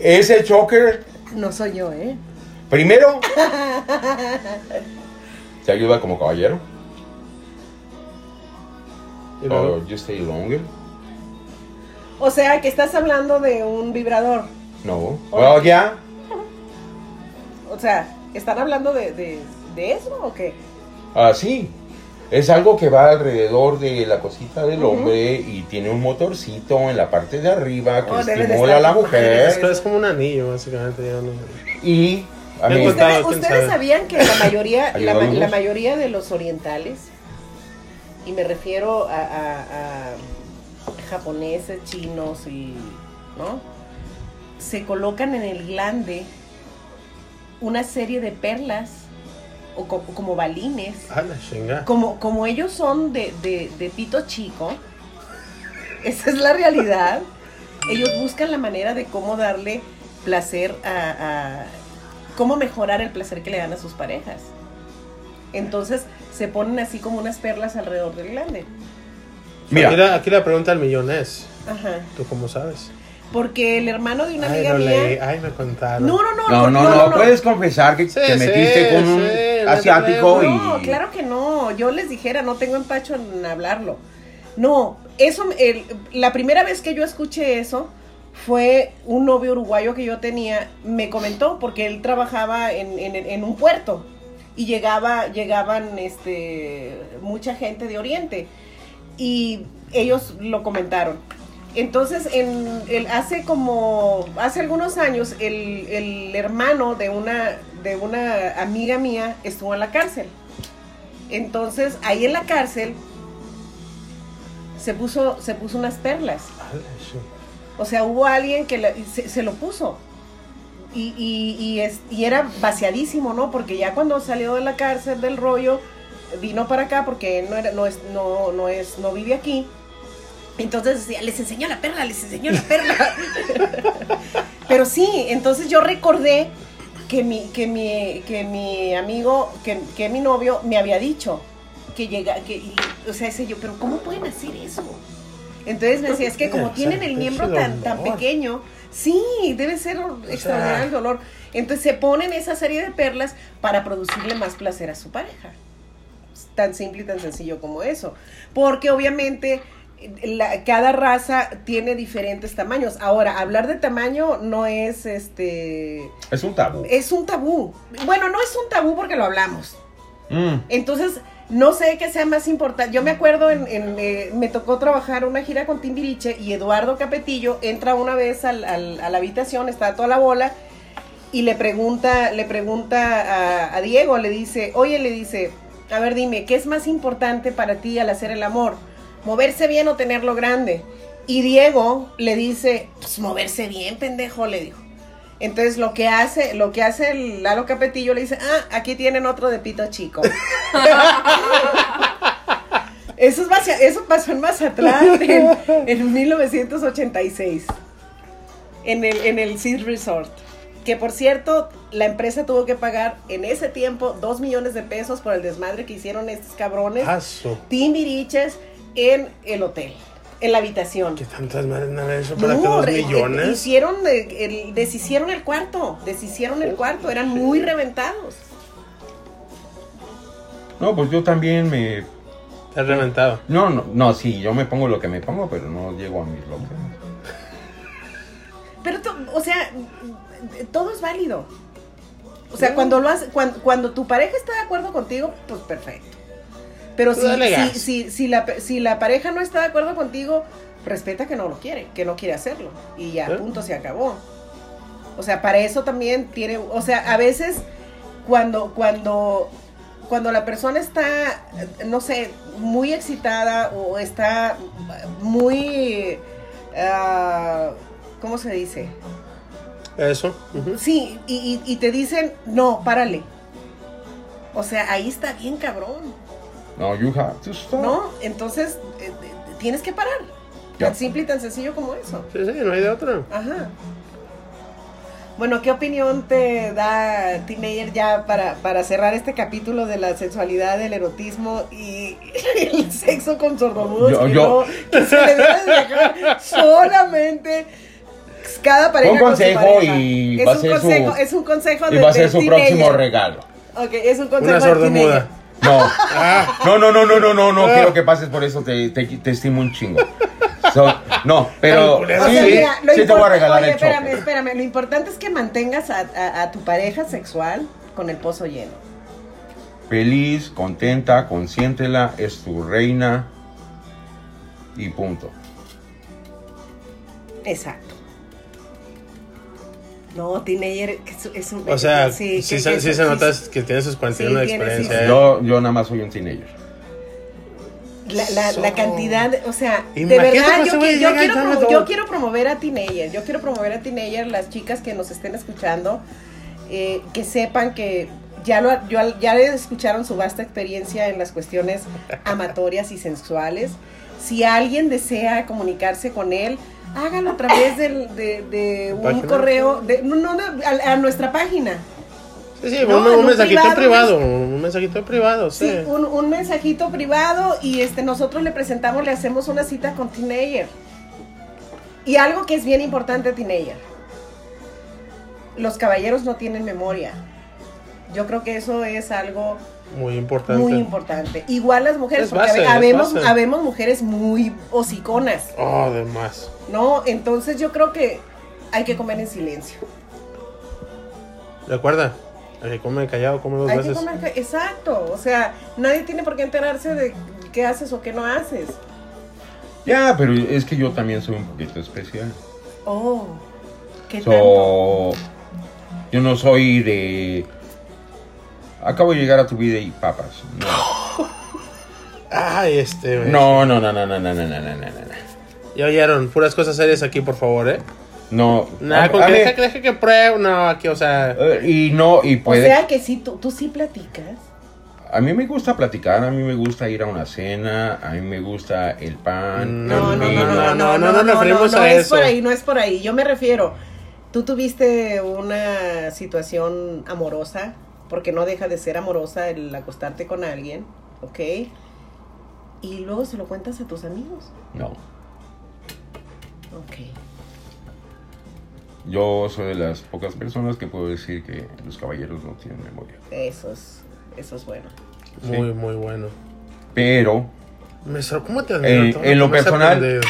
Ese choker, No soy yo, ¿eh? primero. Te ayuda como caballero. Y luego- Or Oh, you stay longer. O sea, que estás hablando de un vibrador. No. Well, yeah. O sea, ¿están hablando de, de- de eso o qué? Así. Ah, Es algo que va alrededor de la cosita del hombre y tiene un motorcito en la parte de arriba que Oh, debe de estimula a estar la con Es, mujer. madres. es como un anillo, básicamente. ya no- Y. Me Amén. gusta. ¿Ustedes, contado, quién ustedes sabe. sabían que la mayoría, la, ma- Ayudadnos. la mayoría de los orientales, y me refiero a, a- a japoneses, chinos y... ¿no? Se colocan en el glande una serie de perlas o co- como balines. Ah, la chinga. Como, como ellos son de, de, de pito chico, esa es la realidad. Ellos buscan la manera de cómo darle placer a, a- cómo mejorar el placer que le dan a sus parejas. Entonces se ponen así como unas perlas alrededor del glande. Aquí, Mira. la, aquí la pregunta del millón es: Ajá. ¿tú cómo sabes? Porque el hermano de una ay, amiga no leí, mía. ay, me contaron. No, no, no. No, por- no, no, puedes confesar que Sí, te sí, metiste con un sí, no asiático te y. No, claro que no. Yo les dijera, no tengo empacho en hablarlo. No, eso, el- la primera vez que yo escuché eso fue un novio uruguayo que yo tenía, me comentó, porque él trabajaba en, en- en un puerto y llegaba, llegaban este, mucha gente de Oriente y ellos lo comentaron. Entonces, en, el- hace como, hace algunos años, el, el hermano de una, de una amiga mía estuvo en la cárcel. Entonces, ahí en la cárcel se puso, se puso unas perlas. Ah, la chinga. O sea, hubo alguien que la- se, se lo puso. Y, y- y es- y era vaciadísimo, ¿no? Porque ya cuando salió de la cárcel del rollo, vino para acá porque él no, era, no, es, no, no, es, no vive aquí. Entonces decía, les enseñó la perla, les enseñó la perla. Pero sí, entonces yo recordé que mi, que mi, que mi amigo, que, que mi novio me había dicho que llega, que, y- o sea, ese yo, pero ¿cómo pueden hacer eso? Entonces me decía, es que como Ese tienen el pinche miembro tan, tan dolor. pequeño, sí, debe ser extraordinario el dolor. Entonces se ponen esa serie de perlas para producirle más placer a su pareja. Tan simple y tan sencillo como eso. Porque obviamente la- cada raza tiene diferentes tamaños. Ahora, hablar de tamaño no es este. Es un tabú. Es un tabú. Bueno, no es un tabú porque lo hablamos. Mm. Entonces, no sé qué sea más importante. Yo me acuerdo, en, en, eh, me tocó trabajar una gira con Timbiriche y Eduardo Capetillo entra una vez al- al- a la habitación, está toda la bola, y le pregunta, le pregunta a, a Diego, le dice, oye, le dice, a ver, dime, ¿qué es más importante para ti al hacer el amor? ¿Moverse bien o tenerlo grande? Y Diego le dice, pues moverse bien, pendejo, le dijo. Entonces lo que hace, lo que hace el Lalo Capetillo le dice, ah, aquí tienen otro de pito chico. eso, es vacia- eso pasó en Mazatlán en, en 1986, en el, en el Seed Resort. Que por cierto, la empresa tuvo que pagar en ese tiempo dos millones de pesos por el desmadre que hicieron estos cabrones Ah, su- timbiriches en el hotel, en la habitación. ¿Qué tantas madres no han hecho para que No, dos re- eh, millones? Hicieron eh, el- deshicieron el cuarto, deshicieron Oh, el cuarto, eran muy reventados. No, pues yo también me. Te has reventado. No, no, no, sí, yo me pongo lo que me pongo, pero no llego a mis locas. Pero, to- o sea, todo es válido. O sea, cuando, lo hace, cuando, cuando tu pareja está de acuerdo contigo, pues perfecto. Pero Tú si, dale gas. si, si, si, la, pe- si la pareja no está de acuerdo contigo, respeta que no lo quiere, que no quiere hacerlo. Y ya, ¿Eh? punto, se acabó. O sea, para eso también tiene, o sea, a veces cuando, cuando, cuando la persona está, eh, no sé, muy excitada o está eh, muy, ah, ¿cómo se dice? Eso. ujú. Sí, y, y- y te dicen, no, párale. O sea, ahí está bien cabrón, No, you have to stop. ¿no? Entonces, eh, eh, tienes que parar. Ya. Tan simple y tan sencillo como eso. Sí, sí, no hay de otra. Ajá. Bueno, ¿qué opinión te da Teenager ya para, para cerrar este capítulo de la sensualidad, del erotismo y el sexo con sordomudos? Yo- que yo- no- que se le debe dejar solamente cada pareja Un con su consejo pareja. y es va a un ser su- consejo, es un consejo Y de- va a ser del su teenager. próximo regalo. Ok, es un consejo Una de sordomuda. teenager. No. No, no, no, no, no, no, no quiero que pases por eso, te, te, te estimo un chingo. So, no, pero O sí, sea, O sea, mira, lo sí te voy a importa- regalar oye, el choque. espérame, espérame. Lo importante es que mantengas a, a- a tu pareja sexual con el pozo lleno. Feliz, contenta, consiéntela, es tu reina y punto. Exacto. No, teenager que es, es un... O sea, sí, sí, que- se, que- sí se sí, nota que tiene sus 41 de Sí, tiene, sí, experiencia. sí. ¿eh? Yo, yo nada más soy un teenager. La, la- la So- cantidad, de- o sea, de Imagínate verdad, cómo yo, ese güey qui- yo llega y quiero dame promo- todo. yo quiero promover a teenager, yo quiero promover a teenager, las chicas que nos estén escuchando, eh, que sepan que ya, lo, yo- ya escucharon su vasta experiencia en las cuestiones amatorias y sensuales. Si alguien desea comunicarse con él, hágalo a través del- de, de un Página. correo, de, no, no, de- a- a nuestra página. Sí, sí, No, un, en un un mensajito en privado, privado, un mensajito en privado, sí. Sí, un, un mensajito privado y este nosotros le presentamos, le hacemos una cita con Teenager. Y algo que es bien importante, Teenager. Los caballeros no tienen memoria. Yo creo que eso es algo Muy importante. muy importante. Igual las mujeres, Es porque base, habe- es habemos, base. habemos mujeres muy hociconas, Oh, además. ¿no? Entonces yo creo que hay que comer en silencio. Recuerda, el que come callado come dos Hay que veces. comer ca- Exacto. O sea, nadie tiene por qué enterarse de qué haces o qué no haces. Ya, pero es que yo también soy un poquito especial. Oh, qué tanto. So, yo no soy de. Acabo de llegar a tu vida y papas. No, Ay, este. güey. no, no, no, no, no, no, no, no, no, no, no. Ya oyeron, puras cosas serias aquí, por favor, ¿eh? No, Nada, a- con Ah, a que ver, deja, deja que pruebe. No, aquí, o sea. eh, y no, y O puede. sea que sí, tú, tú sí platicas. A mí me gusta platicar, a mí me gusta ir a una cena, a mí me gusta el pan, No, el no, vino. no, no, no, no nos referimos no, a es eso. por ahí, no es por ahí. Yo me refiero, tú tuviste una situación amorosa, porque no deja de ser amorosa el acostarte con alguien, ¿ok? Y luego se lo cuentas a tus amigos, No, ¿ok? yo soy de las pocas personas que puedo decir que los caballeros no tienen memoria. Eso es, eso es bueno. sí. Muy, muy bueno. Pero, Me sor- ¿Cómo te admiro? Eh, Todo en que lo me has personal- aprendido.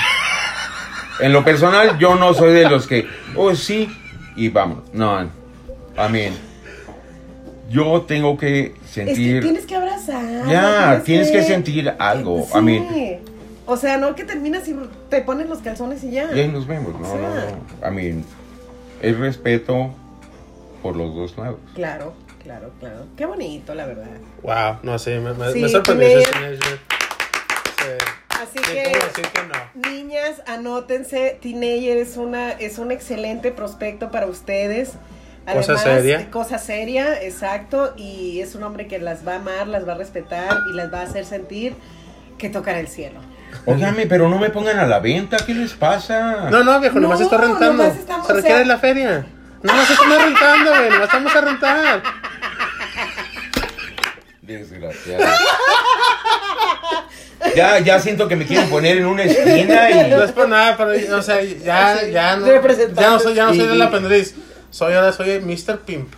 en lo personal, yo no soy de los que, oh sí, y vamos. No, amén. Yo tengo que Es que sentir... tienes que abrazar. ya, tienes que sentir algo, Sí. amén. O sea, no que terminas y te pones los calzones y ya. Y ahí nos vemos, no, Sí. no, no. A mí, el respeto por los dos lados. Claro, claro, claro. Qué bonito, la verdad. Wow, no, sí, me, me, Sí, me sorprendiste, tiene- señor. Sí. Así Sí, que, ¿cómo decir que no? niñas, anótense. Teenager es, una, es un excelente prospecto para ustedes. Además, Cosa seria. Cosa seria, exacto. Y es un hombre que las va a amar, las va a respetar y las va a hacer sentir que tocar el cielo. Óigame, pero no me pongan a la venta, ¿qué les pasa? No, no, viejo, nomás No, estoy rentando. nomás estamos- Se o requiere sea- la feria. Nomás estamos rentando, güey. Nomás estamos a rentar. Desgraciado. Ya, ya siento que me quieren poner en una esquina No y... es por nada, pero, o sea, ya, ya no. Representante. Ya no soy, ya no soy de Y- la Pendriz. Soy ahora, soy Mr. Pimp.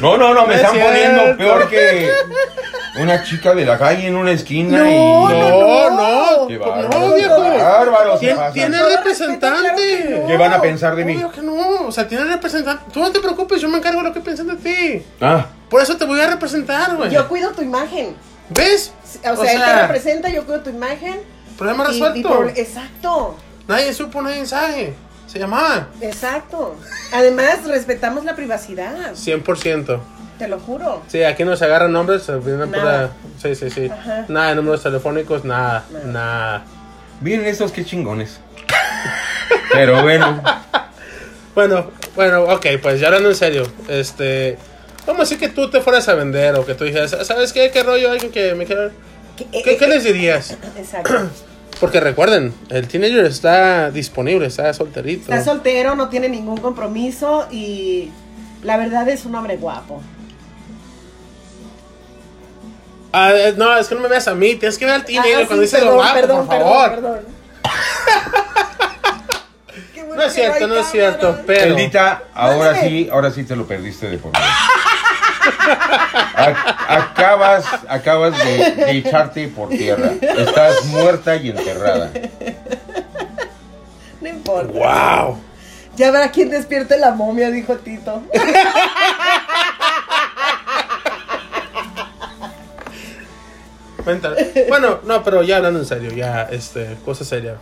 No, no, no, me No es están poniendo cierto. peor que una chica de la calle en una esquina y... No, No, no. Pues no. Qué No, bárbaro. viejo. bárbaros. Tien- Ajá. tiene Todo representante. respeto, claro que ¿Qué van a pensar de mí? Obvio que no. O sea, tiene representante. Tú no te preocupes, yo me encargo de lo que piensan de ti. Ah, Por eso te voy a representar, güey. Yo cuido tu imagen. ¿Ves? O sea, él te representa, yo cuido tu imagen. problema Y- y resuelto. por- eh. exacto, Nadie supo, nadie sabe. Se llamaba. exacto. Además, respetamos la privacidad, 100%. te lo juro. Sí, aquí nos agarran nombres, se viene Nada. pura- Sí, sí, sí. Ajá. Nada de números telefónicos, nada, Nada. nada. miren estos qué chingones. Pero bueno, Bueno, bueno, ok, pues ya hablando en serio, este. Vamos a decir que tú te fueras a vender o que tú dijeras, ¿sabes qué? ¿Qué rollo? ¿Alguien que me quiera.? ¿Qué, ¿Qué, qué les dirías? eh, Exacto. Porque recuerden, el teenager está disponible, está solterito. Está soltero, no tiene ningún compromiso y la verdad es un hombre guapo. Ah, eh, no, es que no me veas a mí, tienes que ver al teenager Ah, sí, cuando dice perdón, lo guapo, perdón, por perdón, favor. perdón. Qué bueno No es que hay cierto, no es cámaras. cierto, pero. Eldita, ahora Mándeme. sí, ahora sí te lo perdiste de por vida. Ac- Acabas, acabas de, de echarte por tierra. Estás muerta y enterrada. No importa. ¡Wow! Ya verá quién despierte la momia, dijo Tito. Mental. Bueno, no, pero ya hablando en serio, ya, este, cosa seria.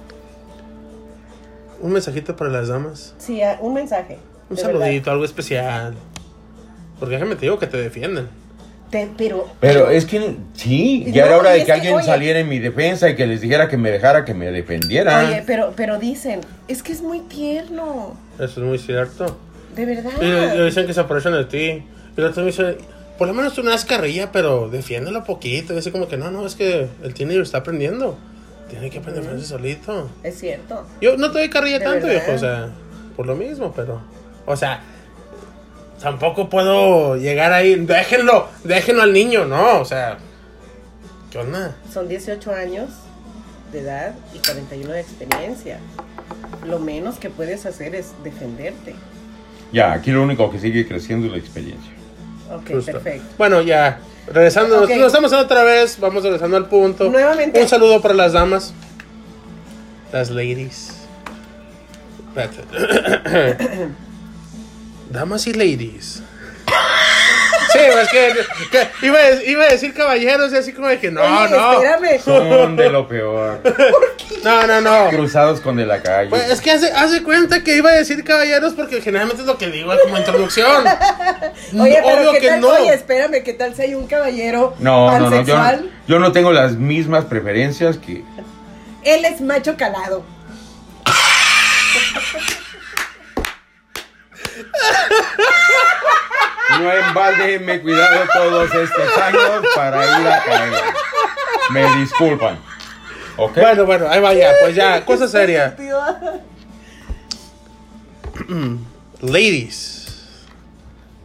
Un mensajito para las damas. Sí, ah, un mensaje. Un de saludito, algo especial. Porque déjame te digo que te defienden. verdad. Te- pero Pero es que sí, Y ya era no, hora y de es que que, alguien oye. saliera en mi defensa y que les dijera que me dejara, que me Ah. Oye, defendiera. pero, pero dicen, es que es muy tierno, Eso es muy cierto. de verdad. Y le, le dicen que se aprovechan de ti. Y el otro me dice, por lo menos tú no das carrilla, pero defiéndelo poquito. Y así como que, no, no, es que el teenager está aprendiendo. Tiene que aprender francés solito. Es cierto. Yo no te doy carrilla De tanto, verdad. viejo, o sea, por lo mismo, pero. O sea, tampoco puedo llegar ahí. Déjenlo, déjenlo al niño, ¿no? O sea, ¿qué onda? Son 18 años de edad y 41 de experiencia. Lo menos que puedes hacer es defenderte. Ya, aquí lo único que sigue creciendo es la experiencia. Ok, Justo. perfecto. Bueno, ya. Regresando, Ok. nos estamos en otra vez, vamos regresando al punto. Nuevamente. Un saludo para las damas. Las ladies. Espérate. damas y ladies. Sí, es que, que iba, a, iba a decir caballeros y así como de que no, Oye, no. espérame. Son de lo peor. No, no, no. Cruzados con de la calle. Pues es que hace, hace cuenta que iba a decir caballeros porque generalmente es lo que digo como introducción. Oye, pero Obvio ¿qué que tal? no. Oye, espérame, ¿qué tal si hay un caballero No, no, no, yo, pansexual? yo no tengo las mismas preferencias que... Él es macho calado. No en balde me he cuidado todos estos años para ir a caer. Me disculpan. ¿Ok? Bueno, bueno, ahí vaya, pues ya, cosa seria. Ladies,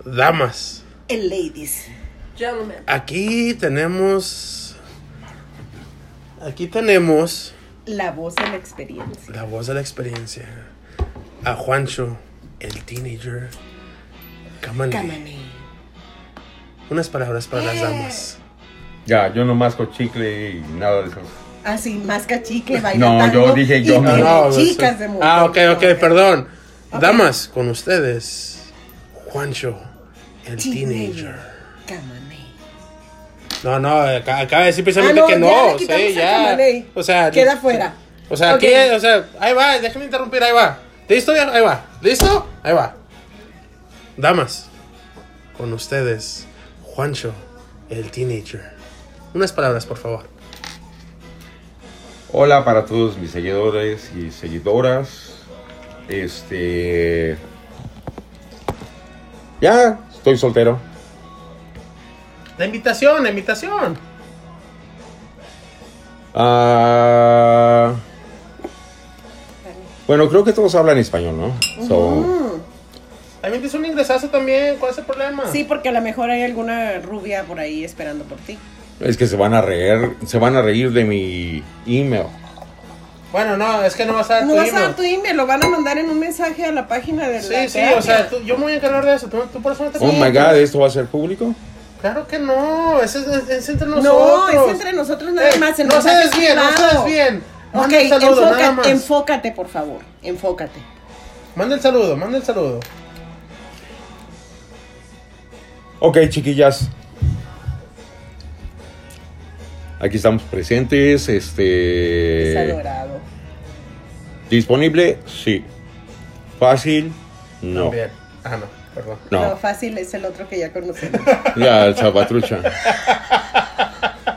damas, El ladies. Gentlemen. aquí tenemos. Aquí tenemos La voz de la experiencia. la voz de la experiencia. A Juancho, el teenager. Camané. Cámane. Unas palabras para las damas. Ya, yo no masco chicle y nada de eso. Así, masca chicle, No, bailando. yo dije yo y no. tiene pues, chicas sí. de mujer. Ah, ok, ok, perdón. Damas, con ustedes, Juancho, el teenager. Cámane. No, no, acá- acaba de decir precisamente Ah, no, que ya no, le quitamos sí, el ya. camarey. O sea, Queda li- fuera. O sea, Ok. aquí, o sea, ahí va, déjame interrumpir, ahí va. ¿Listo? viejo? Ahí va. ¿Listo? Ahí va. Damas, con ustedes, Juancho, el teenager. Unas palabras, por favor. Hola para todos mis seguidores y seguidoras. Este. Ya, estoy soltero. La invitación, la invitación. Ah, bueno, creo que todos hablan español, ¿no? So, También es un ingresazo también, ¿cuál es el problema? Sí, porque a lo mejor hay alguna rubia por ahí esperando por ti. es que se van a reír, se van a reír de mi email. Bueno, no, es que no vas a dar No tu vas a email. dar tu email, lo van a mandar en un mensaje a la página de la Sí, sí, terapia. o sea, tú- yo me voy a encargar de eso. Tú, tú por eso no te Oh my god, ¿esto va a ser público? Claro que no, es, es, es entre No, nosotros. es entre nosotros nada Eh, más. en no se mensaje desvíen, no se privado. desvíen. Ok, Manda el saludo, enfoca- nada más. enfócate, por favor. Enfócate. Manda el saludo, manda el saludo. Ok, chiquillas. Aquí estamos presentes. Este. Es adorado. ¿Disponible? Sí. ¿Fácil? No. Bien. Ah, no, perdón. No. No, fácil es el otro que ya conocí. La zapatrucha.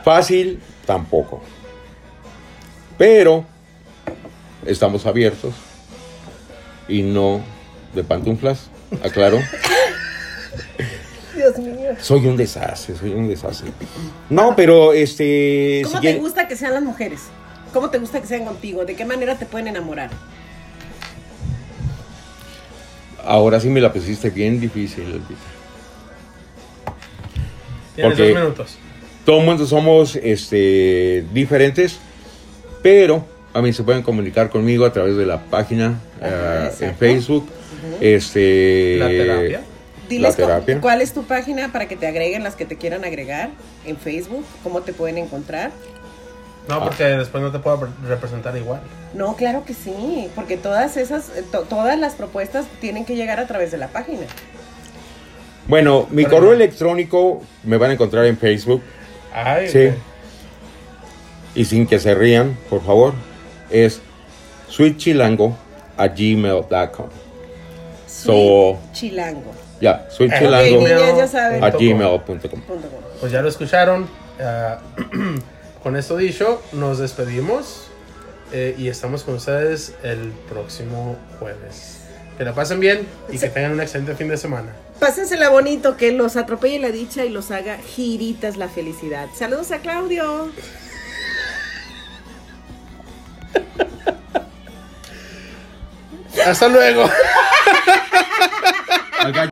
Fácil, tampoco. Pero estamos abiertos y no de pantuflas, aclaro. Dios mío. Soy un desastre, soy un desastre. No, pero este. si ¿Cómo te quiere- gusta que sean las mujeres? ¿Cómo te gusta que sean contigo? ¿De qué manera te pueden enamorar? Ahora sí me la pusiste bien difícil, Elvita. Tienes Porque- dos minutos. Todo el mundo somos este, diferentes, pero a mí se pueden comunicar conmigo a través de la página Ajá, eh, en exacto. Facebook. este, La terapia. Diles La cómo- terapia. cuál es tu página para que te agreguen las que te quieran agregar en Facebook. ¿Cómo te pueden encontrar? No, Ah. porque después no te puedo representar igual. No, claro que sí, porque todas esas, eh, to- todas las propuestas tienen que llegar a través de la página. Bueno, mi Pero- correo electrónico me van a encontrar en Facebook. Ay, Sí. Y sin que se rían, por favor, es sweetchilango a gmail.com. So- Sweet Chilango. Ya, Eh, sweetchilango chilango. niñas, ya saben. a gmail.com. Punto com. Pues ya lo escucharon. ah, con esto dicho, nos despedimos eh, y estamos con ustedes el próximo jueves. Que la pasen bien y que tengan un excelente fin de semana. Pásensela bonito, que los atropelle la dicha y los haga giritas la felicidad. Saludos a Claudio. Hasta luego.